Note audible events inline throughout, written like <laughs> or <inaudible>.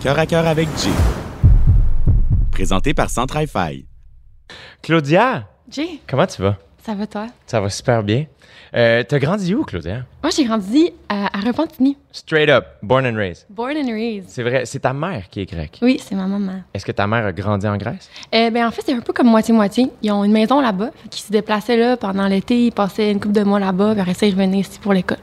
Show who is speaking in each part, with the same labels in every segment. Speaker 1: Cœur à cœur avec G. Présenté par Centrify.
Speaker 2: Claudia,
Speaker 3: Jay,
Speaker 2: comment tu vas?
Speaker 3: ça va toi?
Speaker 2: Ça va super bien. Euh, T'as grandi où, Claudia?
Speaker 3: Moi, j'ai grandi à, à Repentigny,
Speaker 2: Straight up, born and raised.
Speaker 3: born and raised.
Speaker 2: C'est vrai, c'est ta mère qui est grecque.
Speaker 3: Oui, c'est ma maman.
Speaker 2: Est-ce que ta mère a grandi en Grèce?
Speaker 3: Euh, ben, en fait, c'est un peu comme moitié-moitié. Ils ont une maison là-bas, qui se déplaçaient là pendant l'été, ils passaient une couple de mois là-bas, puis après ça, ils revenaient ici pour l'école.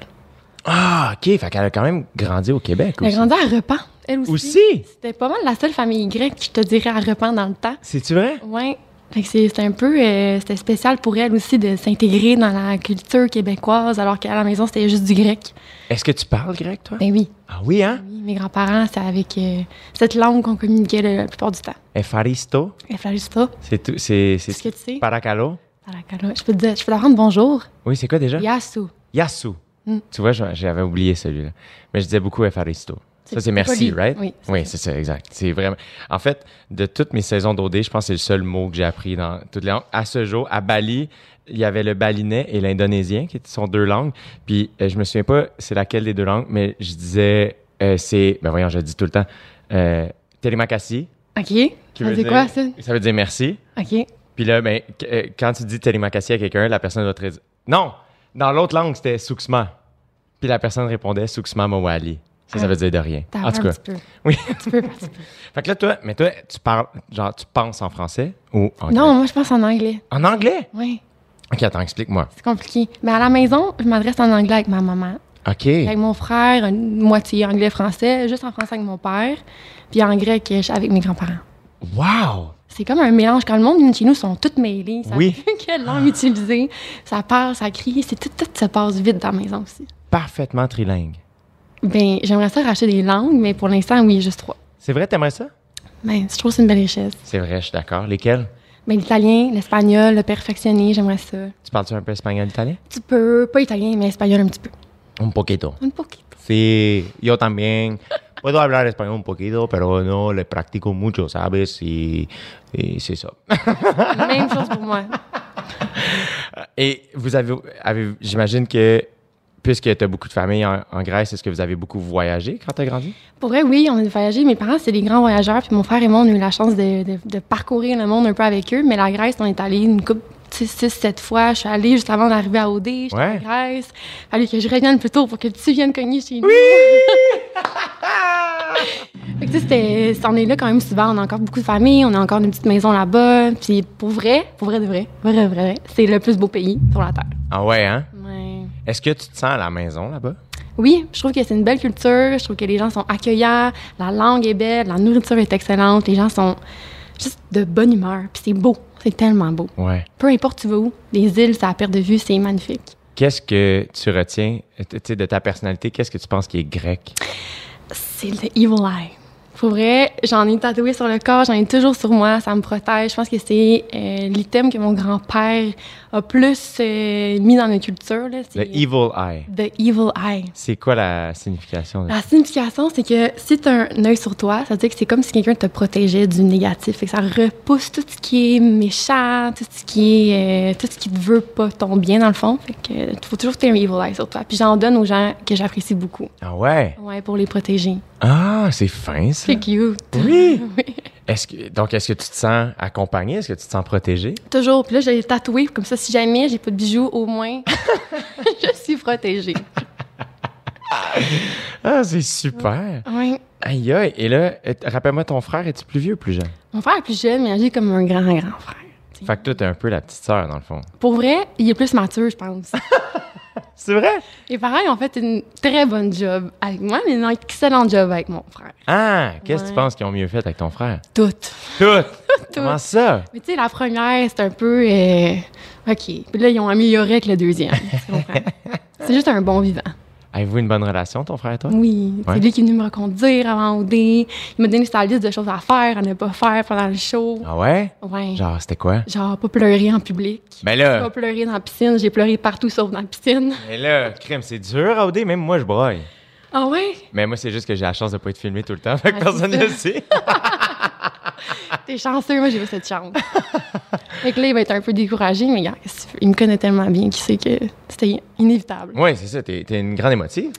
Speaker 2: Ah, ok, fait qu'elle a quand même grandi au Québec
Speaker 3: Elle a
Speaker 2: aussi.
Speaker 3: grandi à Repent, elle aussi.
Speaker 2: Aussi?
Speaker 3: C'était pas mal la seule famille grecque, je te dirais, à Repent dans le temps.
Speaker 2: C'est-tu vrai?
Speaker 3: Ouais. Fait que c'est- c'était un peu euh, c'était spécial pour elle aussi de s'intégrer dans la culture québécoise, alors qu'à la maison, c'était juste du grec.
Speaker 2: Est-ce que tu parles grec, toi?
Speaker 3: Ben oui,
Speaker 2: Ah oui, hein?
Speaker 3: oui mes grands-parents, c'est avec euh, cette langue qu'on communiquait la plupart du temps.
Speaker 2: Efaristo,
Speaker 3: Elle fallait juste ça.
Speaker 2: c'est tout, c'est...
Speaker 3: Qu'est-ce que tu sais?
Speaker 2: Paracalo?
Speaker 3: Paracala. Je peux te dire, je peux leur rendre bonjour.
Speaker 2: Oui, c'est quoi déjà?
Speaker 3: Yasu.
Speaker 2: Yassou.
Speaker 3: Mm.
Speaker 2: Tu vois, je- j'avais oublié celui-là. Mais je disais beaucoup Efaristo. Ça, c'est merci,
Speaker 3: poli.
Speaker 2: right?
Speaker 3: Oui, c'est
Speaker 2: oui,
Speaker 3: ça.
Speaker 2: c'est ça, exact. C'est vraiment. En fait, de toutes mes saisons d'OD, je pense que c'est le seul mot que j'ai appris dans toutes les langues. À ce jour, à Bali, il y avait le balinais et l'indonésien, qui sont deux langues. Puis, euh, je me souviens pas c'est laquelle des deux langues, mais je disais, euh, c'est. Ben voyons, je le dis tout le temps. Euh, Terimakasi.
Speaker 3: OK.
Speaker 2: qui
Speaker 3: Ça
Speaker 2: veut
Speaker 3: dit
Speaker 2: dire-
Speaker 3: quoi, ça?
Speaker 2: Ça veut dire merci.
Speaker 3: OK.
Speaker 2: Puis là, ben, qu- euh, quand tu dis Terimakasi à quelqu'un, la personne doit te dire Non, dans l'autre langue, c'était Suksma. Puis la personne répondait Suksma Mowali. Ça, ça
Speaker 3: Ah.
Speaker 2: veut dire de rien.
Speaker 3: T'as
Speaker 2: En tout
Speaker 3: un
Speaker 2: cas.
Speaker 3: petit peu.
Speaker 2: Oui.
Speaker 3: Un petit peu, un petit peu.
Speaker 2: <laughs> Fait que là, toi, mais toi, tu parles, genre, tu penses en français ou en
Speaker 3: Non,
Speaker 2: grec?
Speaker 3: moi, je pense en anglais.
Speaker 2: En anglais?
Speaker 3: Oui,
Speaker 2: Ok, attends, explique-moi.
Speaker 3: c'est compliqué. Mais à la maison, je m'adresse en anglais avec ma maman.
Speaker 2: Ok.
Speaker 3: Avec mon frère, une moitié anglais-français, juste en français avec mon père, puis en grec euh, avec mes grands-parents.
Speaker 2: Wow!
Speaker 3: C'est comme un mélange. Quand le monde vient de chez nous, ils sont tous mêlés. Ils savent
Speaker 2: Oui.
Speaker 3: plus quelle langue utiliser. Ça parle, ça crie. C'est tout, tout se passe vite dans la maison aussi.
Speaker 2: Parfaitement trilingue.
Speaker 3: Ben, j'aimerais ça racheter des langues, mais pour l'instant, oui, juste trois.
Speaker 2: C'est vrai, t'aimerais ça?
Speaker 3: Ben, je trouve que c'est une belle richesse.
Speaker 2: C'est vrai, je suis d'accord. Lesquels?
Speaker 3: Ben, l'italien, l'espagnol, le perfectionner, j'aimerais ça.
Speaker 2: Tu parles-tu un peu espagnol, italien?
Speaker 3: Tu peux, pas italien, mais espagnol un petit peu.
Speaker 2: Un poquito.
Speaker 3: Un poquito.
Speaker 4: Sí, yo también puedo hablar español un poquito, pero no le practico mucho, ¿sabes? Y, y es eso.
Speaker 3: Même chose pour moi.
Speaker 2: <laughs> Et vous avez, avez- j'imagine que, puisque t'as beaucoup de familles en, en Grèce, est-ce que vous avez beaucoup voyagé quand t'as grandi?
Speaker 3: Pour vrai, oui, on a voyagé. Mes parents, c'est des grands voyageurs. Puis mon frère et moi, on a eu la chance de, de- de parcourir le monde un peu avec eux. Mais la Grèce, on est allé une coupe 6-7 fois. Je suis allée juste avant d'arriver à OD. J'étais
Speaker 2: Ouais.
Speaker 3: en Grèce. Fallait que je revienne plus tôt pour que tu viennes cogner chez nous. Oui! <laughs> Fait que, tu sais, c'était- on est là quand même souvent. On a encore beaucoup de familles. On a encore une petite maison là-bas. Puis pour vrai, pour vrai de vrai, vrai, vrai, vrai, c'est le plus beau pays sur la Terre.
Speaker 2: Ah ouais, hein?
Speaker 3: Ouais.
Speaker 2: Est-ce que tu te sens à la maison là-bas?
Speaker 3: Oui, je trouve que c'est une belle culture. Je trouve que les gens sont accueillants, la langue est belle, la nourriture est excellente, les gens sont juste de bonne humeur. Puis c'est beau, c'est tellement beau.
Speaker 2: Ouais.
Speaker 3: Peu importe tu vas où, les îles, ça à perte de vue, c'est magnifique.
Speaker 2: Qu'est-ce que tu retiens, euh, tu sais, de ta personnalité? Qu'est-ce que tu penses qui est grec?
Speaker 3: C'est le evil eye. Pour vrai, j'en ai tatoué sur le corps, j'en ai toujours sur moi, ça me protège. Je pense que c'est euh, l'item que mon grand-père a plus euh, mis dans notre culture. Là,
Speaker 2: Le
Speaker 3: c'est
Speaker 2: evil eye.
Speaker 3: The evil eye.
Speaker 2: C'est quoi la signification de ça?
Speaker 3: La signification, c'est que si tu as un œil sur toi, ça veut dire que c'est comme si quelqu'un te protégeait du négatif. Fait que ça repousse tout ce qui est méchant, tout ce qui est, euh, tout ce qui te veut pas ton bien, dans le fond. Fait que euh, faut toujours que t'aies un evil eye sur toi. Puis j'en donne aux gens que j'apprécie beaucoup.
Speaker 2: Ah ouais?
Speaker 3: Ouais, pour les protéger.
Speaker 2: Ah, c'est fin ça.
Speaker 3: C'est cute.
Speaker 2: Oui.
Speaker 3: Oui.
Speaker 2: Est-ce que, donc, est-ce que tu te sens accompagné? Est-ce que tu te sens protégé?
Speaker 3: <laughs> Toujours. Puis là, je l'ai tatoué. Comme ça, si jamais j'ai pas de bijoux, au moins, <laughs> je suis protégée.
Speaker 2: Ah, c'est super.
Speaker 3: Ouais.
Speaker 2: Aïe, aïe. Et là, et- rappelle-moi, ton frère, es-tu plus vieux ou plus jeune?
Speaker 3: Mon frère est plus jeune, mais agit comme un grand, grand frère.
Speaker 2: Fait que toi, t'es un peu la petite sœur, dans le fond.
Speaker 3: Pour vrai, il est plus mature, je pense.
Speaker 2: C'est vrai?
Speaker 3: Et pareil, ont fait une très bonne job avec moi, mais un excellent job avec mon frère.
Speaker 2: Ah, qu'est-ce que tu
Speaker 3: Ouais.
Speaker 2: penses qu'ils ont mieux fait avec ton frère?
Speaker 3: Toutes.
Speaker 2: Tout! <laughs> Comment ça?
Speaker 3: Mais tu sais, la première, c'est un peu. euh, OK. Puis là, ils ont amélioré avec le <laughs> deuxième. tu comprends? c'est juste un bon vivant.
Speaker 2: Avez-vous une bonne relation, ton frère et toi?
Speaker 3: Oui.
Speaker 2: Ouais.
Speaker 3: C'est lui qui est venu me reconduire avant OD. Il m'a donné sa liste de choses à faire, à ne pas faire pendant le show.
Speaker 2: Ah ouais?
Speaker 3: Ouais. Genre, euh.
Speaker 2: Genre, c'était quoi?
Speaker 3: pas pleurer en public.
Speaker 2: Ben là,
Speaker 3: Pas pleurer dans la piscine. J'ai pleuré partout sauf dans la piscine.
Speaker 2: mais là, crime, c'est dur à OD, même moi, je broille.
Speaker 3: Ah ouais?
Speaker 2: Mais moi, c'est juste que j'ai la chance de pas être filmé tout le temps, fait que
Speaker 3: Ah,
Speaker 2: personne
Speaker 3: c'est
Speaker 2: ne
Speaker 3: ça.
Speaker 2: le sait. <laughs>
Speaker 3: T'es chanceux, moi j'ai eu cette chance. <laughs> fait que là, il va être un peu découragé, mais regarde, qu'est-ce que tu veux? il me connaît tellement bien qu'il sait que c'était inévitable. <laughs>
Speaker 2: Oui, c'est ça, t'es, t'es une grande émotive.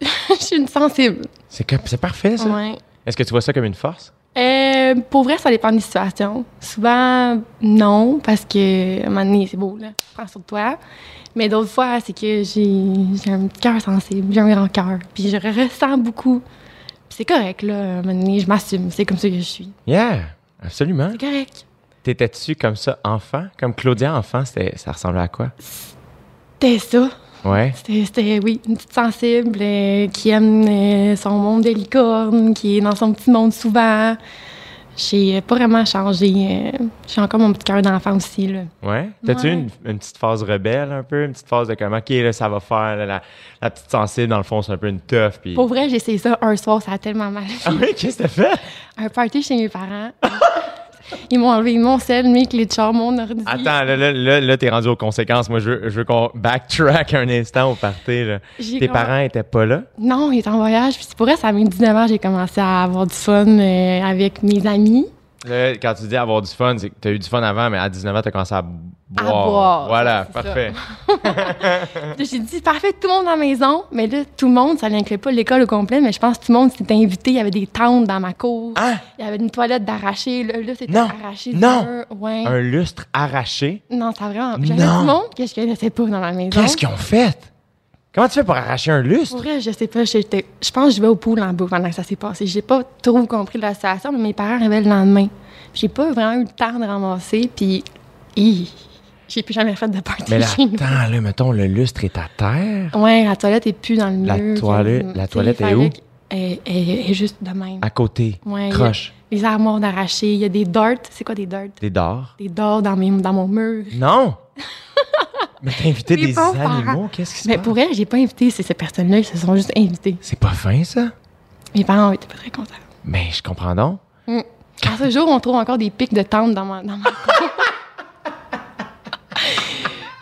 Speaker 3: Je suis une sensible.
Speaker 2: C'est, que- c'est parfait, ça.
Speaker 3: Ouais.
Speaker 2: Est-ce que tu vois ça comme une force?
Speaker 3: Euh, pour vrai, ça dépend des situations. Souvent, non, parce que à un moment donné, c'est beau, là, prends sur toi. Mais d'autres fois, c'est que j'ai j'ai un petit cœur sensible, j'ai un grand cœur, puis je ressens beaucoup. Puis c'est correct, là, à un moment donné, je m'assume, c'est comme ça que je suis.
Speaker 2: Yeah, absolument.
Speaker 3: C'est correct.
Speaker 2: T'étais-tu comme ça enfant? Comme Claudia enfant, c'était- ça ressemblait à quoi?
Speaker 3: C'était ça.
Speaker 2: Ouais.
Speaker 3: C'était, c'était, oui, une petite sensible euh, qui aime euh, son monde de licorne, qui est dans son petit monde souvent. J'ai euh, pas vraiment changé. euh, j'ai encore mon petit cœur d'enfant aussi, là.
Speaker 2: Ouais. T'as-tu eu
Speaker 3: Ouais.
Speaker 2: une, une petite phase rebelle un peu? Une petite phase de comment, OK, là, ça va faire, là, la, la petite sensible, dans le fond, c'est un peu une teuf. Puis...
Speaker 3: Pour vrai, j'ai essayé ça un soir, ça a tellement
Speaker 2: <laughs>
Speaker 3: mal. <laughs>
Speaker 2: Ah oui, qu'est-ce que t'as fait?
Speaker 3: un party chez mes parents. Ils m'ont enlevé mon sel, mes clés de char, mon ordi.
Speaker 2: Attends, là, là, là, là, t'es rendu aux conséquences. Moi, je veux, je veux qu'on backtrack un instant au party. Là.
Speaker 3: J'ai
Speaker 2: Tes
Speaker 3: comme-
Speaker 2: parents étaient pas là?
Speaker 3: Non, il est en voyage. Puis c'est pour ça, à mes 19 ans, j'ai commencé à avoir du fun euh, avec mes amis.
Speaker 2: Là, quand tu dis avoir du fun, c'est que t'as eu du fun avant, mais à 19 ans, t'as commencé à boire.
Speaker 3: boire,
Speaker 2: Voilà,
Speaker 3: c'est ça.
Speaker 2: parfait.
Speaker 3: J'ai dit, parfait, tout le monde à la maison. Mais là, tout le monde, ça n'inclut pas l'école au complet, mais je pense que tout le monde s'était invité. Il y avait des tentes dans ma cour.
Speaker 2: Hein?
Speaker 3: Il y avait une toilette d'arraché. Là, là c'était
Speaker 2: Non,
Speaker 3: arraché.
Speaker 2: non.
Speaker 3: dur. Ouais.
Speaker 2: Un lustre arraché.
Speaker 3: Non, ça vraiment. J'avais
Speaker 2: Non.
Speaker 3: du monde que je connaissais pas dans ma maison.
Speaker 2: Qu'est-ce qu'ils ont fait? Comment tu fais pour arracher un
Speaker 3: Pour
Speaker 2: lustre?
Speaker 3: vrai, je sais pas. j'étais- Je pense que je vais au pool en bas pendant que ça s'est passé. J'ai pas trop compris la situation, mais mes parents arrivaient le lendemain. J'ai pas vraiment eu le temps de ramasser, puis. Hi, J'ai plus jamais fait de party <laughs>
Speaker 2: Mais là,
Speaker 3: chez nous.
Speaker 2: attends, là, mettons, le lustre est à terre.
Speaker 3: Ouais, la toilette est plus dans le
Speaker 2: La
Speaker 3: mur.
Speaker 2: toilette- la
Speaker 3: puis, tu sais,
Speaker 2: toilette
Speaker 3: il
Speaker 2: est
Speaker 3: fallait
Speaker 2: où?
Speaker 3: que- Elle elle- elle est juste de même.
Speaker 2: À côté.
Speaker 3: Ouais,
Speaker 2: Croche.
Speaker 3: il y a Les armoires d'arraché, il y a des darts. C'est quoi des darts?
Speaker 2: Des dards.
Speaker 3: Des darts dans, mes, dans mon mur. <laughs>
Speaker 2: Non! mais t'as invité
Speaker 3: Mes
Speaker 2: des
Speaker 3: bons
Speaker 2: animaux?
Speaker 3: parents.
Speaker 2: Qu'est-ce qui se
Speaker 3: Mais
Speaker 2: passe?
Speaker 3: pour elle, j'ai pas invité ces, ces personnes-là, ils se sont juste invités.
Speaker 2: C'est pas fin, ça?
Speaker 3: Mes parents étaient pas très contents.
Speaker 2: Mais je comprends donc.
Speaker 3: Mm. À ce jour, on trouve encore des pics de tente dans ma, dans ma
Speaker 2: <laughs>
Speaker 3: cour.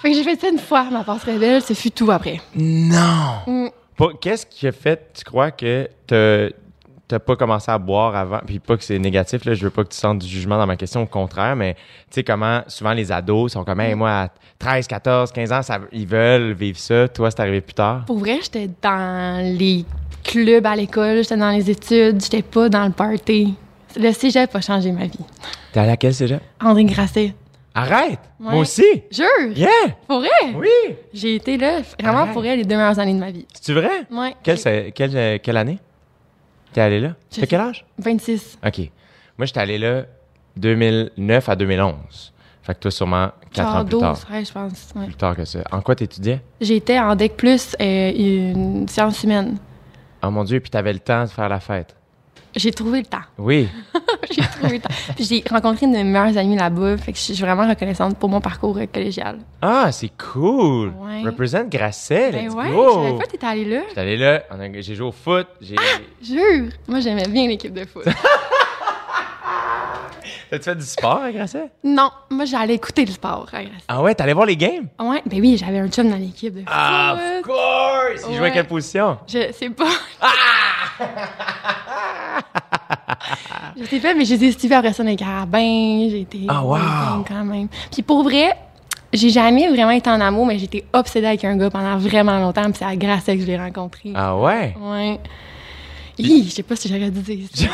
Speaker 3: fait que j'ai fait ça une fois, ma passe rebelle, ce fut tout après.
Speaker 2: Non!
Speaker 3: Mm.
Speaker 2: Pas- Qu'est-ce qui a fait, tu crois, que t'as- t'as pas commencé à boire avant? Puis pas que c'est négatif, là, je veux pas que tu sentes du jugement dans ma question, au contraire, mais tu sais comment souvent les ados sont comme,
Speaker 3: Mm.
Speaker 2: hey, moi, à 13, 14, 15 ans, ça- ils veulent vivre ça. Toi, c'est arrivé plus tard.
Speaker 3: Pour vrai, j'étais dans les clubs à l'école, j'étais dans les études, j'étais pas dans le party. Le cégep a changé ma vie.
Speaker 2: T'es allé à quel cégep?
Speaker 3: André Grasset.
Speaker 2: Arrête!
Speaker 3: Ouais.
Speaker 2: Moi aussi!
Speaker 3: Jure!
Speaker 2: Yeah!
Speaker 3: Pour vrai!
Speaker 2: Oui!
Speaker 3: J'ai été là, vraiment
Speaker 2: Arrête.
Speaker 3: pour elle, les deux meilleures années de ma vie.
Speaker 2: C'est-tu vrai?
Speaker 3: Ouais.
Speaker 2: Quelle,
Speaker 3: J'ai
Speaker 2: c'est- quelle, euh, quelle année? T'es allé là?
Speaker 3: Je
Speaker 2: T'as quel
Speaker 3: sais-
Speaker 2: âge?
Speaker 3: 26.
Speaker 2: OK. Moi, j'étais allé là 2009 à 2011. Fait que toi, sûrement 4
Speaker 3: Genre
Speaker 2: ans plus tard.
Speaker 3: 12, ouais, je pense. ouais.
Speaker 2: Plus tard que ça. En quoi t'étudiais?
Speaker 3: J'étais en deck plus euh, une science humaine.
Speaker 2: Oh mon Dieu, puis t'avais le temps de faire la fête.
Speaker 3: J'ai trouvé le temps. <laughs>
Speaker 2: Oui.
Speaker 3: J'ai trouvé le temps. Puis j'ai rencontré une de mes meilleures amies là-bas. Fait que je suis vraiment reconnaissante pour mon parcours euh, collégial.
Speaker 2: Ah, c'est cool.
Speaker 3: Ouais.
Speaker 2: Represent Grasset,
Speaker 3: Ben
Speaker 2: let's
Speaker 3: ouais, je savais
Speaker 2: go.
Speaker 3: pas que t'étais allée là.
Speaker 2: J'étais allé là, on a- j'ai joué au foot, j'ai...
Speaker 3: Ah! Jure! Moi, j'aimais bien l'équipe de foot.
Speaker 2: T'as-tu fait du sport à Grasset?
Speaker 3: non, moi, j'allais écouter le sport. à Grasset.
Speaker 2: Ah ouais, t'allais voir les games?
Speaker 3: Ah Ouais, ben oui, j'avais un chum dans l'équipe de foot.
Speaker 2: Ah, of course! Ah! Il jouait à
Speaker 3: Ouais.
Speaker 2: quelle position?
Speaker 3: Je sais pas. <laughs> je sais pas, mais j'ai esquivé après ça dans les carabins. J'ai été.
Speaker 2: Ah, wow!
Speaker 3: bien Quand même. Puis pour vrai, j'ai jamais vraiment été en amour, mais j'étais obsédée avec un gars pendant vraiment longtemps. Puis c'est à grâce que je l'ai rencontré.
Speaker 2: Ah ouais?
Speaker 3: Ouais. Hi, je sais pas si j'aurais dû dire
Speaker 2: <laughs>
Speaker 3: ça.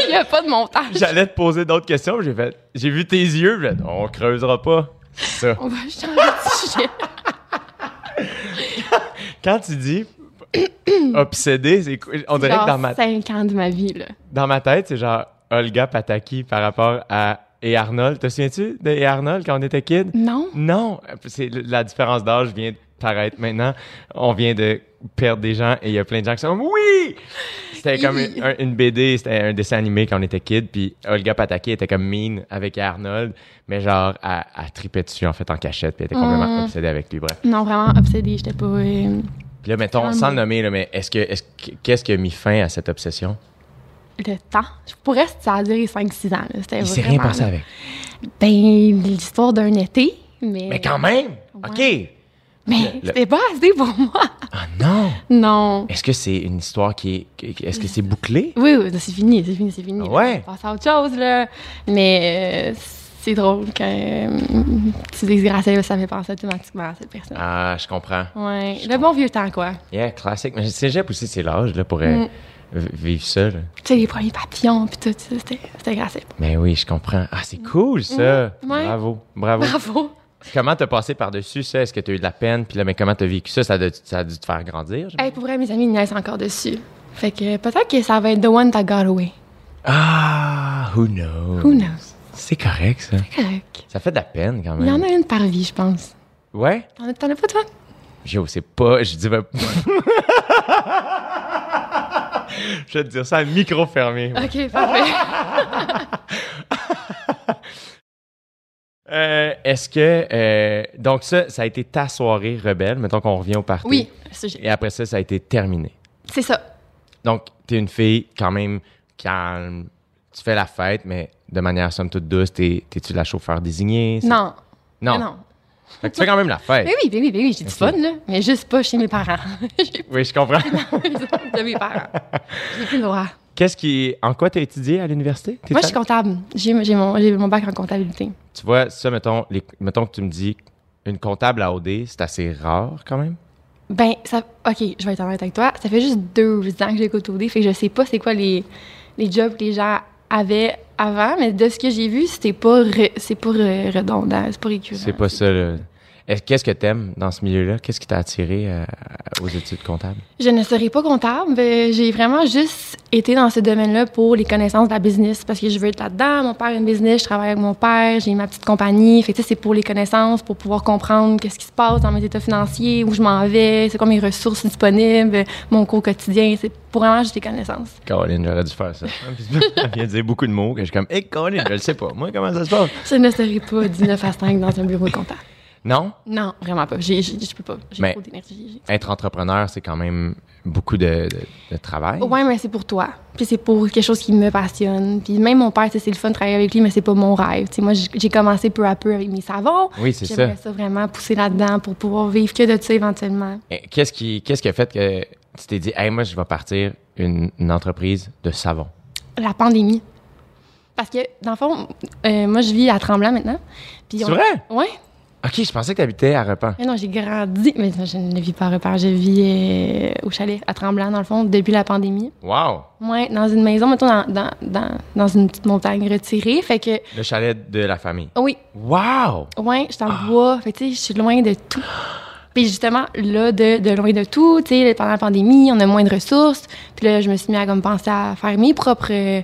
Speaker 3: Il y a pas de montage.
Speaker 2: J'allais te poser d'autres questions, j'ai fait... J'ai vu tes yeux, j'ai fait, on creusera pas. C'est ça.
Speaker 3: On va changer de sujet.
Speaker 2: Quand tu dis <clears throat> obsédé, c'est quoi? on dirait que dans ma,
Speaker 3: 5 ans de ma vie, là.
Speaker 2: dans ma tête, c'est genre Olga Pataki par rapport à et Arnold. Te souviens-tu de et Arnold quand on était kid?
Speaker 3: Non?
Speaker 2: Non, c'est la différence d'âge vient de paraître maintenant. On vient de perdre des gens et il y a plein de gens qui sont oui. C'était comme
Speaker 3: Hi.
Speaker 2: une, un- une BD, c'était un dessin animé quand on était kid, puis Olga Pataki était comme mine avec Arnold, mais genre à, triper dessus en fait en cachette, puis elle était complètement
Speaker 3: Mm.
Speaker 2: obsédée avec lui. Bref.
Speaker 3: Non, vraiment obsédée. J'étais pas. euh,
Speaker 2: Puis là, mettons,
Speaker 3: Ah,
Speaker 2: sans
Speaker 3: mais-
Speaker 2: le nommer, là, mais est-ce que est-ce que- qu'est-ce qui a mis fin à cette obsession
Speaker 3: le temps. Je pourrais, ça a duré 5-6 ans. Là. C'était
Speaker 2: Il s'est rien
Speaker 3: vraiment-
Speaker 2: passé avec.
Speaker 3: Ben, l'histoire d'un été, mais.
Speaker 2: Mais quand même, ok.
Speaker 3: Mais
Speaker 2: Le-
Speaker 3: c'était pas assez pour moi. <laughs>
Speaker 2: Ah non.
Speaker 3: Non.
Speaker 2: Est-ce que c'est une histoire qui est, qui- est-ce que c'est bouclé
Speaker 3: Oui, oui, c'est fini, c'est fini, c'est fini. là.
Speaker 2: Ah Ouais.
Speaker 3: On passe à autre chose, là. Mais euh, c'est drôle que euh, tu disgraciais, ça fait penser automatiquement à cette personne.
Speaker 2: Ah, je comprends.
Speaker 3: Ouais. Le bon vieux temps, quoi.
Speaker 2: Yeah, classique. Mais le cégep aussi, c'est l'âge, là, pour euh,
Speaker 3: Mm.
Speaker 2: v- vivre ça. là.
Speaker 3: Tu sais, les premiers papillons, puis tout, tu sais, c'était c'était gracé.
Speaker 2: Ben oui, je comprends. Ah, c'est cool, ça!
Speaker 3: Mm. Ouais.
Speaker 2: Bravo, bravo.
Speaker 3: Bravo!
Speaker 2: Comment t'as passé par-dessus ça? Est-ce que t'as eu de la peine? Puis là, mais comment t'as vécu ça? Ça a, dû- ça a dû te faire grandir? j'imagine?
Speaker 3: Hey, pour vrai, mes amis, ils naissent encore dessus. Fait que peut-être que ça va être The One That Got Away.
Speaker 2: Ah, who knows?
Speaker 3: Euh, Who knows?
Speaker 2: C'est correct, ça.
Speaker 3: Correct.
Speaker 2: Ça fait de la peine, quand
Speaker 3: Il
Speaker 2: même.
Speaker 3: y en a une par vie, je pense.
Speaker 2: Ouais?
Speaker 3: T'en as t'en as pas, toi?
Speaker 2: Je sais pas, <laughs> je dis... je vais te dire ça à micro fermé.
Speaker 3: Ok, parfait.
Speaker 2: Euh, Est-ce que... euh, donc ça, ça a été ta soirée rebelle. Mettons qu'on revient au party.
Speaker 3: <laughs> Oui, sujet.
Speaker 2: Et après ça, ça a été terminé.
Speaker 3: c'est ça.
Speaker 2: Donc, t'es une fille quand même calme. Tu fais la fête, mais de manière somme toute douce, t'es- t'es-tu la chauffeur désignée? C'est-
Speaker 3: Non.
Speaker 2: Non.
Speaker 3: Mais non.
Speaker 2: Fait que tu fais quand même la fête.
Speaker 3: Mais oui, mais oui, mais oui, j'ai du fun, là. Mais juste pas chez mes parents. <laughs> j'ai
Speaker 2: Oui, je comprends. <laughs>
Speaker 3: plus de mes parents. J'ai plus le droit.
Speaker 2: Qu'est-ce qui. En quoi t'as étudié à l'université? T'es
Speaker 3: Moi, je suis
Speaker 2: allé-
Speaker 3: comptable. J'ai j'ai mon, j'ai mon bac en comptabilité.
Speaker 2: Tu vois, ça, mettons, les- mettons que tu me dis une comptable à OD, c'est assez rare quand même.
Speaker 3: Ben, ça. OK, je vais être honnête avec toi. Ça fait juste deux ans que j'écoute OD, fait que je sais pas c'est quoi les, les jobs que les gens avaient avant, mais de ce que j'ai vu, c'était pas, re- c'est pas euh, redondant, c'est pas récurrent.
Speaker 2: C'est pas ça, là. Est- Qu'est-ce que t'aimes dans ce milieu-là? Qu'est-ce qui t'a attiré euh, aux études comptables?
Speaker 3: Je ne serai pas comptable. mais J'ai vraiment juste été dans ce domaine-là pour les connaissances de la business parce que je veux être là-dedans. Mon père a une business, je travaille avec mon père, j'ai ma petite compagnie. Fait que tu sais, c'est pour les connaissances, pour pouvoir comprendre qu'est-ce qui se passe dans mes états financiers, où je m'en vais, c'est quoi mes ressources disponibles, mon cours quotidien. C'est pour vraiment juste des connaissances.
Speaker 2: Colin, j'aurais dû faire <laughs> ça. Elle vient de dire beaucoup de mots que je suis comme, hé, Colin, je le sais pas. Moi, comment ça se passe?
Speaker 3: Je ne serai pas 19 à 5 dans un bureau de comptable.
Speaker 2: Non?
Speaker 3: Non, vraiment pas. J'ai- j'ai- Je peux pas. J'ai
Speaker 2: Mais-
Speaker 3: trop d'énergie.
Speaker 2: être entrepreneur, c'est quand même beaucoup de, de- de travail.
Speaker 3: j'ai- Ouais, mais c'est pour toi. Puis c'est pour quelque chose qui me passionne. Puis même mon père, tu sais, c'est le fun de travailler avec lui, mais c'est pas mon rêve. Tu sais, moi, j- j'ai commencé peu à peu avec mes savons.
Speaker 2: Oui, c'est
Speaker 3: J'aimerais ça. vraiment pousser là-dedans pour pouvoir vivre que de ça éventuellement.
Speaker 2: Et Qu'est-ce qui, qu'est-ce qui a fait que tu t'es dit, hey, moi, je vais partir une, une entreprise de savon?
Speaker 3: La pandémie. Parce que, dans le fond, euh, moi, je vis à Tremblant maintenant. Puis
Speaker 2: C'est
Speaker 3: on-
Speaker 2: vrai?
Speaker 3: Ouais.
Speaker 2: OK, je pensais que tu habitais à Repent.
Speaker 3: Mais non, j'ai grandi. Mais non, je ne vis pas à repère. Je vis euh, au chalet, à Tremblant, dans le fond, depuis la pandémie.
Speaker 2: Wow!
Speaker 3: Ouais, dans une maison, mettons, dans, dans, dans, dans une petite montagne retirée. Fait que,
Speaker 2: Le chalet de la famille.
Speaker 3: oui,
Speaker 2: Wow!
Speaker 3: ouais, je suis en bois. Fait que, tu sais, je suis loin de tout. Puis justement, là, de, de loin de tout, tu sais, pendant la pandémie, on a moins de ressources. Puis là, je me suis mis à comme penser à faire mes propres euh,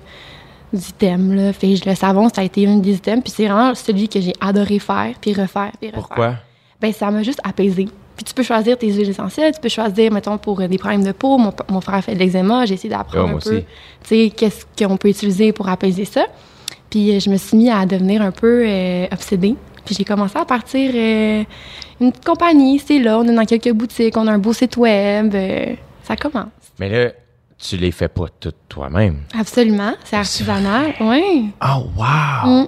Speaker 3: items, là. Fait que le savon, ça a été une des items. Puis c'est vraiment celui que j'ai adoré faire, puis refaire, puis refaire.
Speaker 2: Pourquoi?
Speaker 3: ben ça m'a juste apaisé. Puis tu peux choisir tes huiles essentielles, tu peux choisir, mettons, pour euh, des problèmes de peau. Mon, mon frère fait de l'eczéma, j'ai essayé
Speaker 2: Oh,
Speaker 3: d'apprendre
Speaker 2: moi
Speaker 3: un peu,
Speaker 2: aussi.
Speaker 3: tu sais, qu'est-ce qu'on peut utiliser pour apaiser ça. Puis euh, je me suis mis à devenir un peu euh, obsédée. Puis j'ai commencé à partir euh, une petite compagnie, c'est là, on est dans quelques boutiques, on a un beau site web. euh, ça commence.
Speaker 2: Mais là, tu les fais pas toutes toi-même.
Speaker 3: Absolument, c'est artisanal, oui.
Speaker 2: Oh, wow!
Speaker 3: Mm.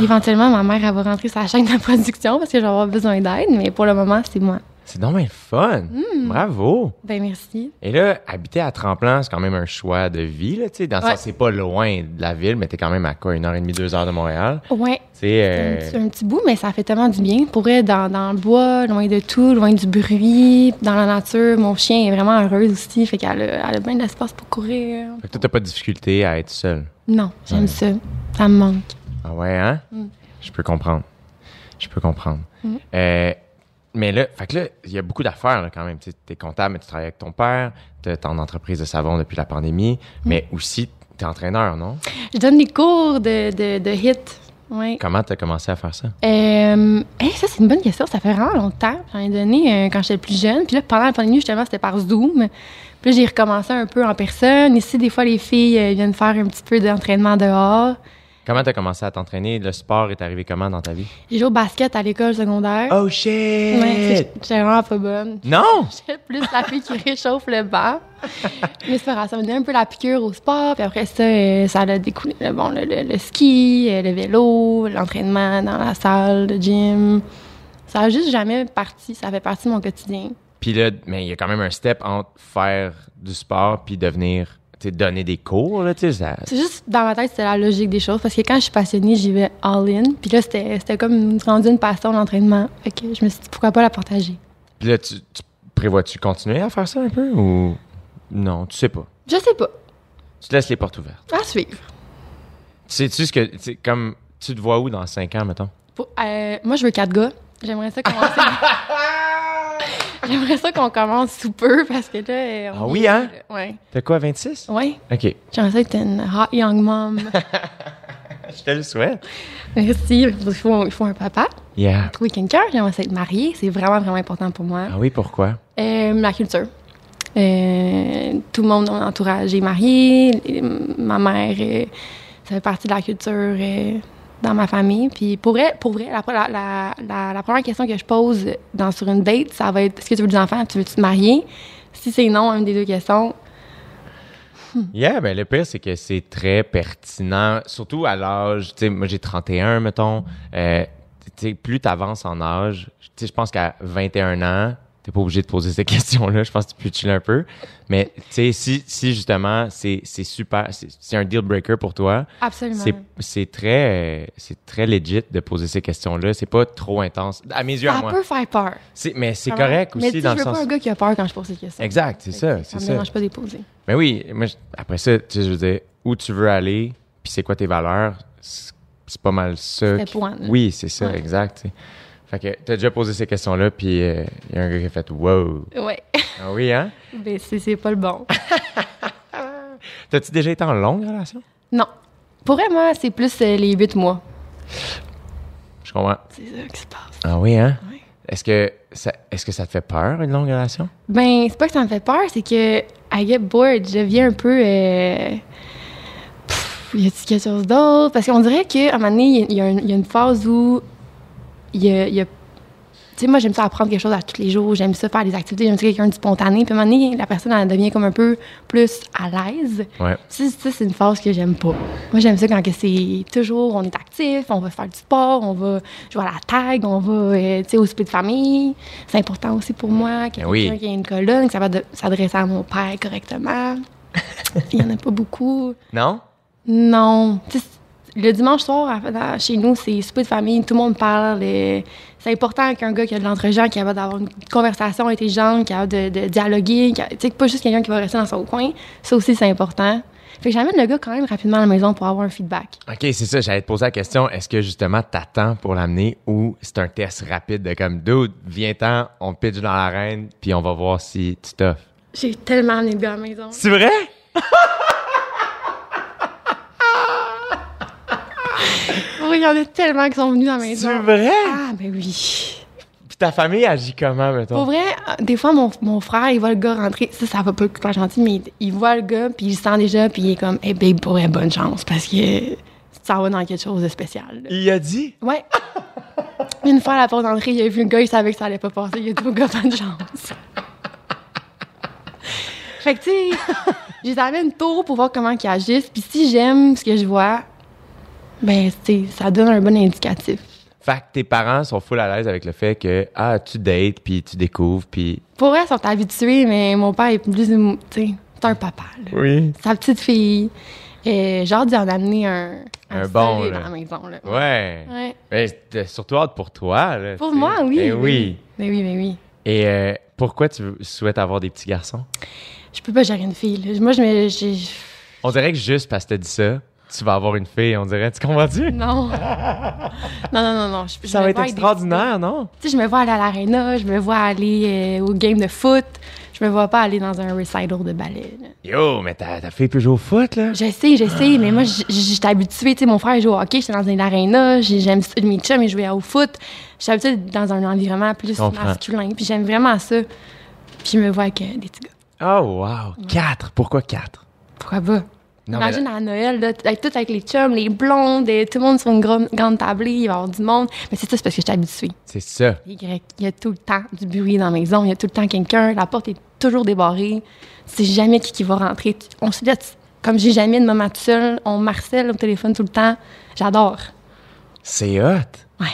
Speaker 3: Éventuellement, ma mère, elle va rentrer sa chaîne de production parce que je vais avoir besoin d'aide, mais pour le moment, c'est moi.
Speaker 2: C'est donc bien le fun! Bravo!
Speaker 3: Ben merci.
Speaker 2: Et là, habiter à Tremplin, c'est quand même un choix de vie, là, tu sais. Dans le
Speaker 3: Ouais.
Speaker 2: sens, c'est pas loin de la ville, mais t'es quand même à quoi, une heure et demie, deux heures de Montréal? euh,
Speaker 3: Ouais,
Speaker 2: C'est
Speaker 3: un, petit, un petit bout, mais ça fait tellement du bien. Pour être dans, dans le bois, loin de tout, loin du bruit, dans la nature. Mon chien est vraiment heureuse aussi, fait qu'elle a, elle a bien de l'espace pour courir.
Speaker 2: Fait que toi, t'as pas de difficulté à être seul.
Speaker 3: Non, j'aime ça. Ça me manque.
Speaker 2: Ah ouais, hein?
Speaker 3: Mm.
Speaker 2: Je peux comprendre. Je peux comprendre. Euh, mais là, fait que là, il y a beaucoup d'affaires là, quand même. Tu es comptable, mais tu travailles avec ton père, tu as ton entreprise de savon depuis la pandémie,
Speaker 3: Mm.
Speaker 2: mais aussi, tu es entraîneur, non?
Speaker 3: Je donne des cours de, de, de hit. Ouais.
Speaker 2: Comment tu as commencé à faire ça?
Speaker 3: Euh, hey, ça, c'est une bonne question. Ça fait vraiment longtemps. J'en ai donné euh, quand j'étais plus jeune. Puis là, pendant la pandémie, justement, c'était par Zoom. Puis là, j'ai recommencé un peu en personne. Ici, des fois, les filles euh, viennent faire un petit peu d'entraînement dehors.
Speaker 2: Comment tu as commencé à t'entraîner? Le sport est arrivé comment dans ta vie?
Speaker 3: J'ai joué au basket à l'école secondaire.
Speaker 2: Oh shit!
Speaker 3: Ouais, c'est- j'étais vraiment pas bonne. <laughs>
Speaker 2: Non!
Speaker 3: J'étais plus la fille qui réchauffe le <laughs> banc. Mais c'est pas grave, ça me donnait un peu la piqûre au sport. Puis après ça, euh, ça a découlé le, bon, le, le- le ski, euh, le vélo, l'entraînement dans la salle, le gym. Ça a juste jamais parti. Ça fait partie de mon quotidien.
Speaker 2: Puis là, mais il y a quand même un step entre faire du sport puis devenir, tu sais, donner des cours, là, tu sais. ça-
Speaker 3: C'est juste, dans ma tête, c'était la logique des choses. Parce que quand je suis passionnée, j'y vais all-in. Puis là, c'était c'était comme rendu une passion, l'entraînement. Fait que je me suis dit, pourquoi pas la partager?
Speaker 2: Puis là, tu, tu prévois-tu continuer à faire ça un peu ou non? Tu sais pas.
Speaker 3: Je sais pas.
Speaker 2: Tu te laisses les portes ouvertes.
Speaker 3: À suivre.
Speaker 2: Sais-tu ce que. tu sais, comme, tu te vois où dans 5 ans, mettons?
Speaker 3: Pour- euh, moi, je veux quatre gars. J'aimerais ça commencer.
Speaker 2: <laughs>
Speaker 3: J'aimerais ça qu'on commence sous peu parce que là. euh, on
Speaker 2: Ah
Speaker 3: est-
Speaker 2: oui, hein?
Speaker 3: Ouais.
Speaker 2: T'as quoi, 26?
Speaker 3: Ouais.
Speaker 2: OK.
Speaker 3: J'aimerais ça être une hot young mom. <laughs>
Speaker 2: Je te le souhaite.
Speaker 3: Merci. Il faut, il faut un papa.
Speaker 2: Yeah.
Speaker 3: Trouver quelqu'un. J'aimerais ça être mariée. C'est vraiment, vraiment important pour moi.
Speaker 2: Ah oui, pourquoi?
Speaker 3: Euh, la culture. Euh, tout le monde dans mon entourage est marié. Et, euh, Ma mère, euh, ça fait partie de la culture euh, dans ma famille. Puis pour vrai, pour vrai la, la- la- la- la première question que je pose dans, sur une date, ça va être est-ce que tu veux des enfants Tu veux te marier Si c'est non à une des deux questions,
Speaker 2: Yeah, ben le pire, c'est que c'est très pertinent, surtout à l'âge. Tu sais, moi, j'ai 31, mettons. Euh, tu sais, plus t'avances en âge, tu sais, je pense qu'à 21 ans, t'es pas obligé de poser ces <laughs> questions-là. Je pense que tu peux chiller un peu. Mais, tu sais, si, si justement, c'est c'est super, c'est c'est un deal breaker pour toi,
Speaker 3: absolument.
Speaker 2: c'est c'est très, euh, c'est très legit de poser ces questions-là. C'est pas trop intense. À mes yeux, à
Speaker 3: Ça
Speaker 2: moi.
Speaker 3: peut faire peur.
Speaker 2: C'est- Mais c'est
Speaker 3: vraiment.
Speaker 2: correct
Speaker 3: Mais
Speaker 2: aussi
Speaker 3: tu sais,
Speaker 2: dans
Speaker 3: je
Speaker 2: le
Speaker 3: veux
Speaker 2: sens.
Speaker 3: pas un gars qui a peur quand je pose cette question.
Speaker 2: Exact, c'est ça,
Speaker 3: Ça
Speaker 2: c'est
Speaker 3: me
Speaker 2: ça.
Speaker 3: dérange pas de les poser.
Speaker 2: Mais Ben oui, moi, je- après ça, tu sais, je veux dire, où tu veux aller, puis c'est quoi tes valeurs, c'est c'est pas mal ça.
Speaker 3: Step
Speaker 2: qui-
Speaker 3: one.
Speaker 2: Oui, c'est ça,
Speaker 3: Ouais.
Speaker 2: exact. tu sais. Fait que t'as déjà posé ces questions-là, puis euh, il y a un gars qui a fait « wow
Speaker 3: Ouais. ».
Speaker 2: Ah oui, hein?
Speaker 3: <laughs> Mais c'est c'est pas le bon.
Speaker 2: T'as-tu déjà été en longue relation?
Speaker 3: non. Pour vrai, moi, c'est plus euh, les huit mois.
Speaker 2: Je comprends.
Speaker 3: C'est ça qui se passe.
Speaker 2: Ah oui, hein?
Speaker 3: Ouais.
Speaker 2: Est-ce que, ça, est que ça te fait peur, une longue relation?
Speaker 3: Ben, c'est pas que ça me fait peur, c'est que I get bored. Je viens un peu. Euh... pff, y a-t-il quelque chose d'autre? Parce qu'on dirait qu'à un moment donné, il y, a- il y a une- il y a une phase où. Il y a. il y a- Tu sais, moi, j'aime ça apprendre quelque chose à tous les jours. J'aime ça faire des activités. J'aime ça quelqu'un de spontané. Puis à un moment donné, la personne, elle devient comme un peu plus à l'aise.
Speaker 2: Ouais.
Speaker 3: Ça, ça, c'est une phase que j'aime pas. Moi, j'aime ça quand que c'est toujours, on est actif, on va faire du sport, on va jouer à la tag, on va, euh, tu sais, au souper de famille. C'est important aussi pour moi qu'il y ait
Speaker 2: Ben oui.
Speaker 3: quelqu'un qui ait une colonne, ça va s'adresser à mon père correctement.
Speaker 2: <laughs>
Speaker 3: Il y en a pas beaucoup.
Speaker 2: Non?
Speaker 3: Non. Tu sais, le dimanche soir, à- dans- chez nous, c'est souper de famille, tout le monde parle. euh, C'est important qu'un gars qui a de l'entregent, qui est capable d'avoir une conversation intelligente, qui est capable de, de dialoguer, qui a- tu sais, pas juste quelqu'un qui va rester dans son coin. Ça aussi, c'est important. Fait que j'amène le gars quand même rapidement à la maison pour avoir un feedback.
Speaker 2: OK, c'est ça, j'allais te poser la question, est-ce que justement t'attends pour l'amener ou c'est un test rapide de comme « Dude, viens-t'en, on pitch dans l'arène, puis on va voir si tu t'offres.
Speaker 3: J'ai tellement amené le gars à la maison. »
Speaker 2: C'est vrai?
Speaker 3: Oh, il y en a tellement qui sont venus à la maison.
Speaker 2: C'est vrai?
Speaker 3: Ah, ben oui.
Speaker 2: Puis ta famille agit comment,
Speaker 3: Pour
Speaker 2: mettons?
Speaker 3: vrai, euh, des fois, mon, mon frère, il voit le gars rentrer. Ça, ça va pas être gentil, mais il- il voit le gars, puis il le sent déjà, puis il est comme, hey, babe, pour vrai, bonne chance, parce que ça va dans quelque chose de spécial. là.
Speaker 2: Il a dit?
Speaker 3: Ouais. Une fois à la porte d'entrée, il a vu le gars, il savait que ça allait pas passer. Il a dit au gars, bonne chance. fait que, tu sais, je les amène tôt pour voir comment ils agissent, puis si j'aime ce que je vois, ben, tu sais, ça donne un bon indicatif.
Speaker 2: Fait que tes parents sont full à l'aise avec le fait que, ah, tu dates, puis tu découvres, puis...
Speaker 3: Pour vrai, ils sont habitués, mais mon père est plus. émo- Tu sais, c'est un papa, là.
Speaker 2: Oui.
Speaker 3: sa petite fille. Euh, j'ai hâte d'y en amener un,
Speaker 2: Un bon,
Speaker 3: solide
Speaker 2: là.
Speaker 3: à la maison. Là.
Speaker 2: Ouais.
Speaker 3: Ouais.
Speaker 2: Mais t'as surtout hâte pour toi, là,
Speaker 3: Pour
Speaker 2: tu sais.
Speaker 3: moi, oui.
Speaker 2: Ben oui.
Speaker 3: Mais oui, mais oui.
Speaker 2: Et euh, pourquoi tu veux- souhaites avoir des petits garçons?
Speaker 3: Je peux pas gérer une fille. là. Moi, je me. j'ai-
Speaker 2: On dirait que juste parce que t'as dit ça, tu vas avoir une fille, on dirait. Tu comprends-tu? <laughs>
Speaker 3: Non. non, non, non, non. Mm. Je, je
Speaker 2: Ça
Speaker 3: me
Speaker 2: va être
Speaker 3: vois avec des
Speaker 2: extraordinaire, non?
Speaker 3: petits- Tu sais, je me vois aller à l'aréna, je me vois aller euh, au game de foot, je me vois pas aller dans un recital de ballet. là.
Speaker 2: Yo, mais ta, ta fille peut jouer au foot, là.
Speaker 3: Je sais, je sais, mais moi, j- j- j'étais habituée. Tu sais, mon frère il joue au hockey, j'étais dans une arena, j'ai- j'aime ça, mes chums, ils jouaient au foot. J'étais habituée d'être dans un environnement plus
Speaker 2: comprends.
Speaker 3: masculin, puis j'aime vraiment ça. Puis je me vois avec euh, des petits gars.
Speaker 2: Oh, wow. Quatre. Pourquoi quatre?
Speaker 3: Pourquoi pas?
Speaker 2: Non, mais
Speaker 3: Imagine à Noël, là, t- avec- tout avec les chums, les blondes, et tout le monde sur une grande, grande tablée, il va y avoir du monde. Mais c'est ça, c'est parce que j'étais habituée.
Speaker 2: C'est ça.
Speaker 3: Y, il y a tout le temps du bruit dans la maison, il y a tout le temps quelqu'un, la porte est toujours débarrée. Tu sais jamais qui, qui va rentrer. Tu- On se laisse, comme j'ai jamais de moment tout seul, on marcelle au téléphone tout le temps. J'adore.
Speaker 2: C'est hot.
Speaker 3: Ouais.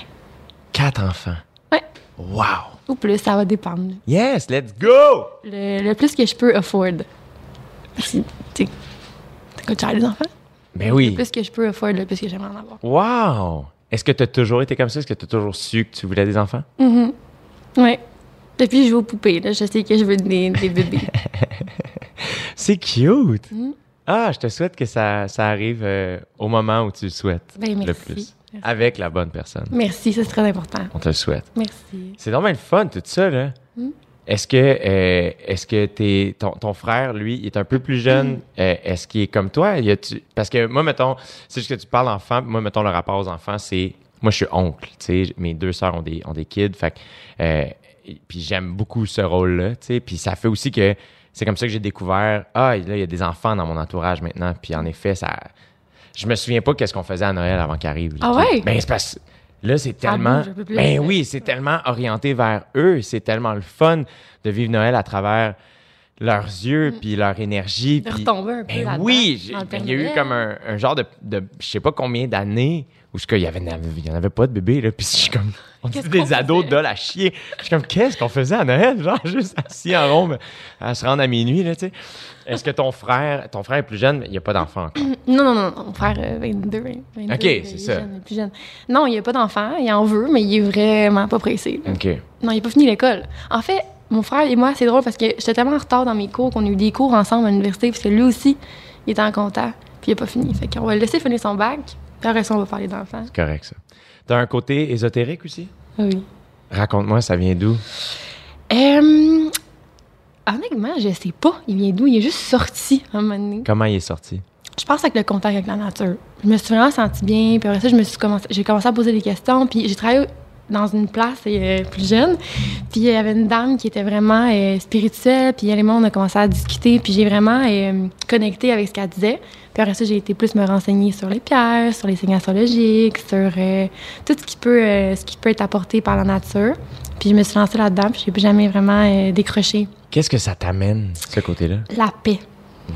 Speaker 2: Quatre enfants.
Speaker 3: Ouais.
Speaker 2: Wow.
Speaker 3: Ou plus, ça va dépendre.
Speaker 2: Yes, let's go!
Speaker 3: Le, le plus que je peux afford. Parce que, tu sais, ça coûte cher les enfants.
Speaker 2: Ben oui.
Speaker 3: Le plus que je peux afford, le plus que j'aimerais en avoir.
Speaker 2: Wow. Est-ce que t'as toujours été comme ça? Est-ce que t'as toujours su que tu voulais des enfants?
Speaker 3: Ouais. Depuis, je joue aux poupées. Là. Je sais que je veux des, des bébés.
Speaker 2: C'est cute.
Speaker 3: Mm.
Speaker 2: Ah, je te souhaite que ça, ça arrive euh, au moment où tu le souhaites
Speaker 3: Ben,
Speaker 2: le
Speaker 3: merci.
Speaker 2: plus. Avec la bonne personne.
Speaker 3: Merci, ça, c'est très important.
Speaker 2: On te le souhaite.
Speaker 3: Merci.
Speaker 2: C'est vraiment le fun, tout ça, là.
Speaker 3: Mm.
Speaker 2: Est-ce que, euh, est-ce que t'es, ton, ton frère, lui, il est un peu plus jeune?
Speaker 3: Hmm.
Speaker 2: Euh, est-ce qu'il est comme toi? Y a-tu- Parce que moi, mettons, c'est juste que tu parles enfant, puis moi, mettons, le rapport aux enfants, c'est... Moi, je suis oncle, tu sais, j- mes deux sœurs ont des, ont des kids, fait que... euh, et- puis j'aime beaucoup ce rôle-là, tu sais, puis ça fait aussi que... C'est comme ça que j'ai découvert, ah, là, il y a des enfants dans mon entourage maintenant, puis en effet, ça... Je me souviens pas qu'est-ce qu'on faisait à Noël avant qu'arrive.
Speaker 3: Ah
Speaker 2: tu sais.
Speaker 3: ouais?
Speaker 2: Ben, c'est parce... Là, c'est
Speaker 3: Ça
Speaker 2: tellement.
Speaker 3: bouge un peu plus.
Speaker 2: Ben oui, c'est tellement orienté vers eux. C'est tellement le fun de vivre Noël à travers leurs yeux, puis leur énergie.
Speaker 3: Mm. De
Speaker 2: puis-
Speaker 3: retomber un peu
Speaker 2: Ben
Speaker 3: là-dedans,
Speaker 2: oui, j'ai-
Speaker 3: dans le
Speaker 2: ben,
Speaker 3: Père
Speaker 2: il y a eu
Speaker 3: Noël.
Speaker 2: comme un, un genre de, de- je sais pas combien d'années où ce qu'il y avait, il y en avait pas de bébé là, puis je suis comme, on dit
Speaker 3: Qu'est-ce
Speaker 2: des
Speaker 3: qu'on
Speaker 2: ados
Speaker 3: faisait?
Speaker 2: de la chier. Je suis comme, qu'est-ce qu'on faisait à Noël, genre <laughs> juste assis en rond, ben, à se rendre à minuit là, tu sais. Est-ce que ton frère, ton frère est plus jeune, mais il n'y a pas d'enfant
Speaker 3: <clears throat>
Speaker 2: encore.
Speaker 3: Non, non, non, non, mon frère, euh, 22, hein, 22,
Speaker 2: Ok,
Speaker 3: euh, il
Speaker 2: c'est
Speaker 3: est
Speaker 2: ça.
Speaker 3: jeune, il est plus jeune. Non, il a pas d'enfant, il en veut, mais il est vraiment pas pressé. là.
Speaker 2: Ok.
Speaker 3: Non, il n'a pas fini l'école. En fait, mon frère et moi, c'est drôle parce que j'étais tellement en retard dans mes cours qu'on a eu des cours ensemble à l'université parce que lui aussi, il était en comptant, puis il n'a pas fini. Fait qu'on va le laisser finir son bac, puis après ça, on va parler d'enfants.
Speaker 2: C'est correct ça. T'as un côté ésotérique aussi.
Speaker 3: Oui.
Speaker 2: Raconte-moi, ça vient d'où?
Speaker 3: Euh, honnêtement, je sais pas. Il vient d'où? Il est juste sorti à un moment donné.
Speaker 2: Comment il est sorti?
Speaker 3: Je pense avec le contact avec la nature. Je me suis vraiment sentie bien. Puis après ça, je me suis commencé, j'ai commencé à poser des questions. Puis j'ai travaillé dans une place euh, plus jeune. Puis il y avait une dame qui était vraiment euh, spirituelle. Puis elle et moi, on a commencé à discuter. Puis j'ai vraiment euh, connecté avec ce qu'elle disait. Puis après ça, j'ai été plus me renseigner sur les pierres, sur les signes astrologiques, sur euh, tout ce qui, peut, euh, ce qui peut être apporté par la nature. Puis je me suis lancée là-dedans. Puis j'ai plus jamais vraiment euh, décroché
Speaker 2: Qu'est-ce que ça t'amène, ce côté-là?
Speaker 3: la paix.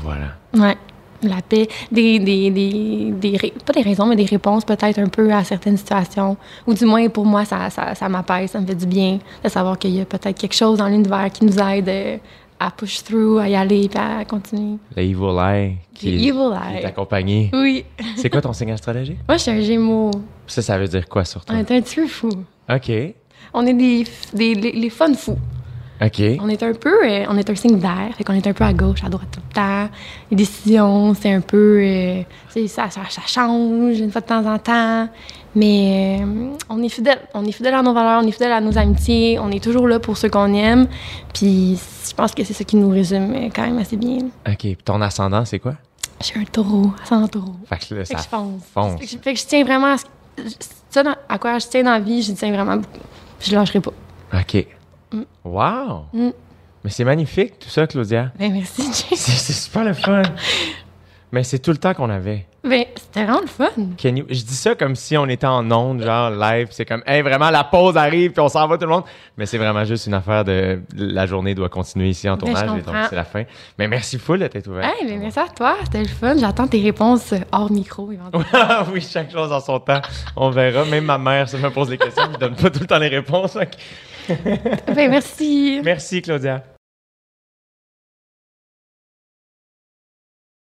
Speaker 2: Voilà.
Speaker 3: Ouais. La paix, des, des, des, des ré- pas des raisons, mais des réponses peut-être un peu à certaines situations. Ou du moins, pour moi, ça, ça, ça m'apaise, ça me fait du bien de savoir qu'il y a peut-être quelque chose dans l'univers qui nous aide euh, à push through, à y aller, puis à continuer.
Speaker 2: Le Evil Eye qui,
Speaker 3: The evil
Speaker 2: qui
Speaker 3: eye.
Speaker 2: est accompagné.
Speaker 3: Oui.
Speaker 2: C'est quoi ton signe astrologique?
Speaker 3: Moi, je suis un gémeau.
Speaker 2: Ça, ça veut dire quoi sur
Speaker 3: On
Speaker 2: toi?
Speaker 3: est un petit peu fou.
Speaker 2: OK.
Speaker 3: On est des, f- des les, les fun fous.
Speaker 2: OK.
Speaker 3: On est un peu, euh, on est un signe d'air, fait qu'on est un peu à gauche, à droite tout le temps. Les décisions, c'est un peu, euh, tu sais, ça, ça, ça change une fois de temps en temps. Mais euh, on est fidèle, on est fidèle à nos valeurs, on est fidèle à nos amitiés, on est toujours là pour ceux qu'on aime. Puis je pense que c'est ça qui nous résume euh, quand même assez bien.
Speaker 2: OK. Puis Ton ascendant, c'est quoi?
Speaker 3: Je suis un taureau, sans taureau.
Speaker 2: Fait que là,
Speaker 3: Fait
Speaker 2: ça
Speaker 3: que je fonce.
Speaker 2: fonce.
Speaker 3: Fait que je, fait que je tiens vraiment à ce ça dans- à quoi je tiens dans la vie, je tiens vraiment beaucoup. Je lâcherai pas.
Speaker 2: OK. Wow!
Speaker 3: Mm.
Speaker 2: Mais c'est magnifique, tout ça,
Speaker 3: <laughs>
Speaker 2: Claudia.
Speaker 3: Ben merci, Jay.
Speaker 2: C'est c'est super le
Speaker 3: <laughs>
Speaker 2: fun. Mais c'est tout le temps qu'on avait.
Speaker 3: Ben, c'était vraiment le fun.
Speaker 2: Can you- Je dis ça comme si on était en onde, genre live. C'est comme, hey, vraiment, la pause arrive, puis on s'en va tout le monde. Mais c'est vraiment juste une affaire de la journée doit continuer ici en
Speaker 3: Ben, je
Speaker 2: tournage, et donc
Speaker 3: comprends. Hein?
Speaker 2: c'est la fin. Mais merci full de t'être ouvert.
Speaker 3: Hey, mais merci à toi, c'était le fun. J'attends tes réponses hors micro, éventuellement.
Speaker 2: <laughs> Ah oui, chaque chose en son temps. On verra. Même ma mère se me pose des questions, elle me donne pas tout le temps les réponses. Donc,
Speaker 3: Ben, merci.
Speaker 2: Merci, Claudia.